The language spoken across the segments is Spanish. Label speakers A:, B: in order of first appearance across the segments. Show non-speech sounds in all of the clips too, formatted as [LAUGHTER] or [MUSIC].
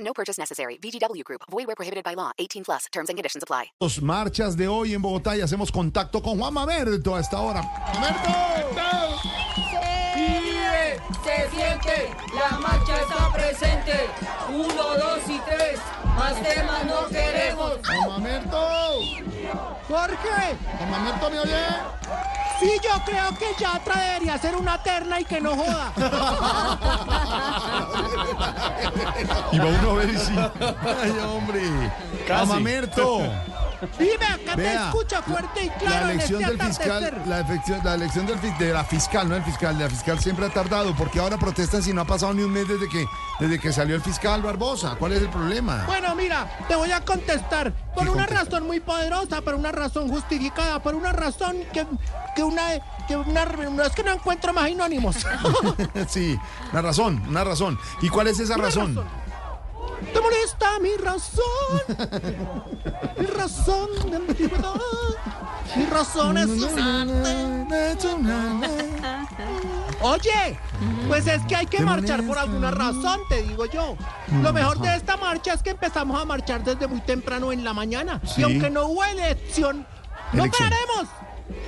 A: No purchase necessary. VGW Group. Void where prohibited by law. 18 plus. Terms and conditions apply.
B: Los marchas de hoy en Bogotá y hacemos contacto con Juan Mamerto a esta hora. ¡Mamerto!
C: Se vive, se siente, la marcha está presente. Uno, dos y tres, más temas no queremos.
B: ¡Juan Mamerto!
D: Jorge,
B: ¡Juan Mamerto, me oye!
D: sí, yo creo que Yatra debería ser una terna y que no joda.
B: Y va uno a ver y sí. ¡Ay, hombre! ¡Juan Mamerto!
D: Dime, acá te
B: Vea,
D: escucho fuerte y claro
B: La
D: en este
B: elección del
D: atardecer.
B: fiscal, la elección, la elección del, fis- de la fiscal, no el fiscal, la fiscal siempre ha tardado, porque ahora protestan si no ha pasado ni un mes desde que, desde que salió el fiscal Barbosa. ¿Cuál es el problema?
D: Bueno, mira, te voy a contestar por
B: Sí,
D: una
B: contesta.
D: razón muy poderosa, por una razón justificada, por una razón que, que una que una no es que no encuentro más sinónimos.
B: [LAUGHS] sí, una razón, una razón. ¿Y cuál es esa razón?
D: ¿Te molesta mi razón? Mi razón de antigüedad. Mi razón es usarte. Oye, pues es que hay que marchar por alguna razón, te digo yo. Lo mejor de esta marcha es que empezamos a marchar desde muy temprano en la mañana.
B: Sí.
D: Y aunque no hubo elección, no
B: Elección.
D: pararemos.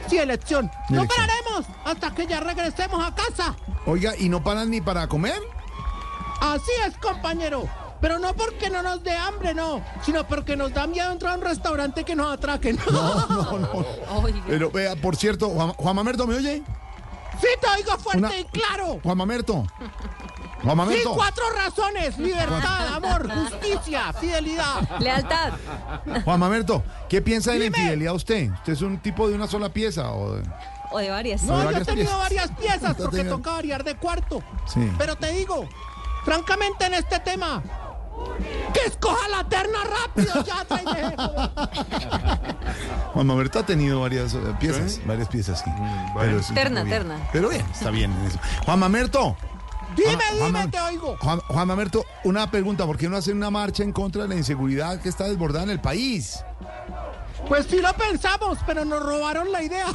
D: Sí, elección. No
B: Elección.
D: pararemos hasta que ya regresemos a casa.
B: Oiga, ¿y no paran ni para comer? [LAUGHS]
D: Así es, compañero. Pero no porque no nos dé hambre, no, sino porque nos da miedo entrar a un restaurante que nos atraquen.
B: No, no. Pero vea, por cierto, Juan, Juan Mamerto, ¿me oye?
D: [LAUGHS] sí, te oigo fuerte
B: Una-
D: y claro.
B: Juan Mamerto. Juan
D: Sí,
B: Mamerto.
D: cuatro razones. Libertad, amor, justicia, fidelidad.
C: Lealtad.
B: Juan Mamerto, ¿qué piensa de la
D: Dime.
B: infidelidad usted? ¿Usted es un tipo de una sola pieza? O... de-
C: O de varias.
B: Hay
D: No, yo he
B: varias
D: tenido
B: piezas.
D: varias piezas
B: Está
D: porque
B: teniendo.
D: toca variar de cuarto.
B: Sí.
D: Pero te digo, francamente en este tema, que escoja la terna rápido ya, trae de
B: [LAUGHS]
D: joder.
B: Juan Mamerto ha tenido varias eh, piezas. Varias piezas, sí. Mm, Pero es un
C: Terna,
B: tipo bien.
C: terna.
B: Pero bien, está bien en eso. Juan Mamerto.
D: Dime,
B: Juan- Juan
D: dime,
B: Mam-
D: te oigo.
B: Juan, Juan Mamerto, una pregunta. ¿Por qué no hacen una marcha en contra de la inseguridad que está desbordada en el país?
D: Pues sí lo pensamos, pero nos robaron la idea. [LAUGHS]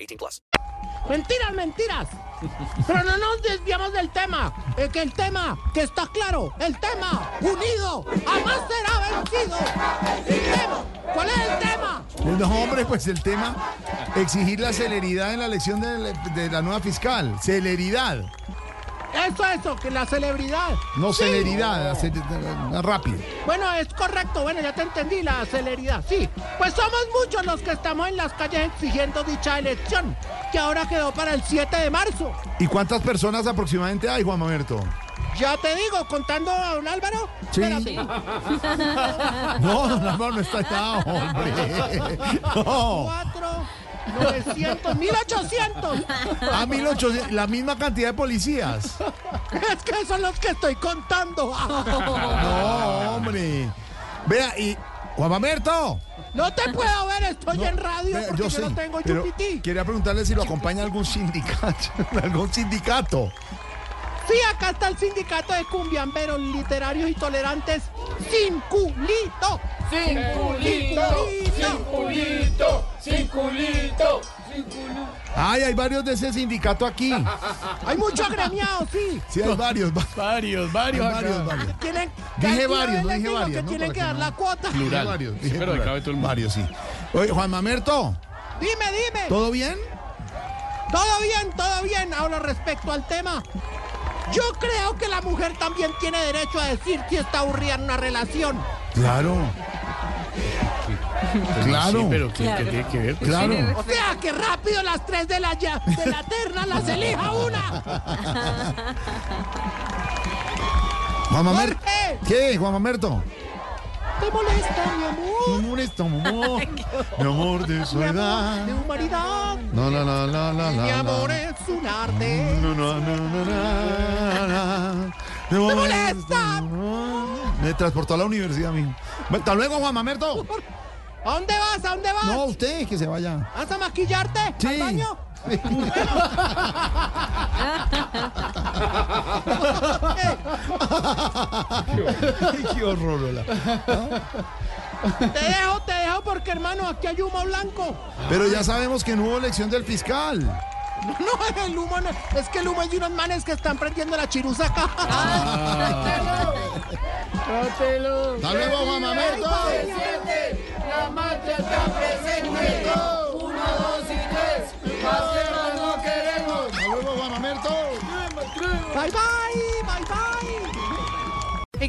E: 18 plus.
D: Mentiras, mentiras. Pero no nos desviamos del tema. Es que el tema, que está claro, el tema, unido, jamás será vencido. El tema, ¿Cuál es el tema?
B: No, hombre, pues el tema, exigir la celeridad en la elección de la, de la nueva fiscal. Celeridad,
D: Eso, eso, que la celebridad.
B: no
D: Sí.
B: celeridad, aceler- rápido.
D: Bueno, es correcto, bueno, ya te entendí, la celeridad, sí. Pues somos muchos los que estamos en las calles exigiendo dicha elección, que ahora quedó para el 7 de marzo.
B: ¿Y cuántas personas aproximadamente hay, Juan Mamerto?
D: Ya te digo, contando a don Álvaro,
B: Sí.
D: espérate.
B: No, don Álvaro no está allá, hombre. No.
D: 4,
B: [LAUGHS]
D: 900, 1800.
B: A 1800, la misma cantidad de policías.
D: Es que son los que estoy contando.
B: No, hombre. Vea, y Juan Mamerto.
D: No te puedo ver, estoy en radio
B: Vea,
D: porque yo, no tengo
B: pero
D: chupití.
B: Quería preguntarle si lo acompaña algún sindicato. [LAUGHS] Algún sindicato.
D: Sí, acá está el sindicato de cumbiamberos literarios y tolerantes sin culito.
C: Sin
D: culito, sin
C: culito, sin culito.
B: Ay, hay varios de ese sindicato aquí.
D: Hay muchos agremiados, sí.
B: Sí, hay varios, va-
F: Varios, varios,
B: hay varios, varios.
D: Tienen,
B: Dije
D: alguna
B: varios,
D: vez
B: no
D: les
B: dije
D: digo
B: varios.
D: Que
B: ¿no?
D: tienen
B: Para
D: que dar
B: no-
D: la cuota.
B: Dije varios, dije plural. Varios, sí. Oye, Juan Mamerto,
D: Dime, dime.
B: ¿todo bien?
D: Todo bien, todo bien. Ahora respecto al tema. Yo creo que la mujer también tiene derecho a decir si está aburrida en una relación.
B: Claro. Claro.
G: Sí, pero ¿qué, qué tiene que ver? pues,
B: Claro.
D: O sea, que rápido las tres de la, ya- de la terna las elija una.
B: Juan Mamerto.
D: Jorge.
B: ¿Qué, Juan Mamerto?
D: ¿Te molesta, mi amor?
B: No molesta, mi
D: [LAUGHS]
B: amor. Mi amor de
D: Mi amor
B: soledad.
D: de humanidad.
B: No, no, no, no, no, no.
D: Mi amor es un arte.
B: No, no, no, no, no, no, no. Me
D: molesta!
B: Me transportó a la universidad, mijo. Hasta luego, Juan Mamerto.
D: ¿A dónde vas? ¿A dónde vas?
B: No, usted, que se vaya.
D: ¿Vas a maquillarte?
B: Sí.
D: ¿Al baño?
B: Qué horror, Lola.
D: Te dejo, te dejo porque hermano, aquí hay humo blanco.
B: Pero ya sabemos que no hubo elección del fiscal.
D: [LAUGHS] No, el humo no. Es que el humo es de unos manes que están prendiendo la chirusa acá. [LAUGHS]
G: Trátelo.
B: Hasta luego, Juan Mamerto.
C: La marcha está presente. Uno, dos y tres. Más temas no queremos.
B: Hasta luego, Juan Mamerto.
D: Bye bye, bye bye.
F: Hey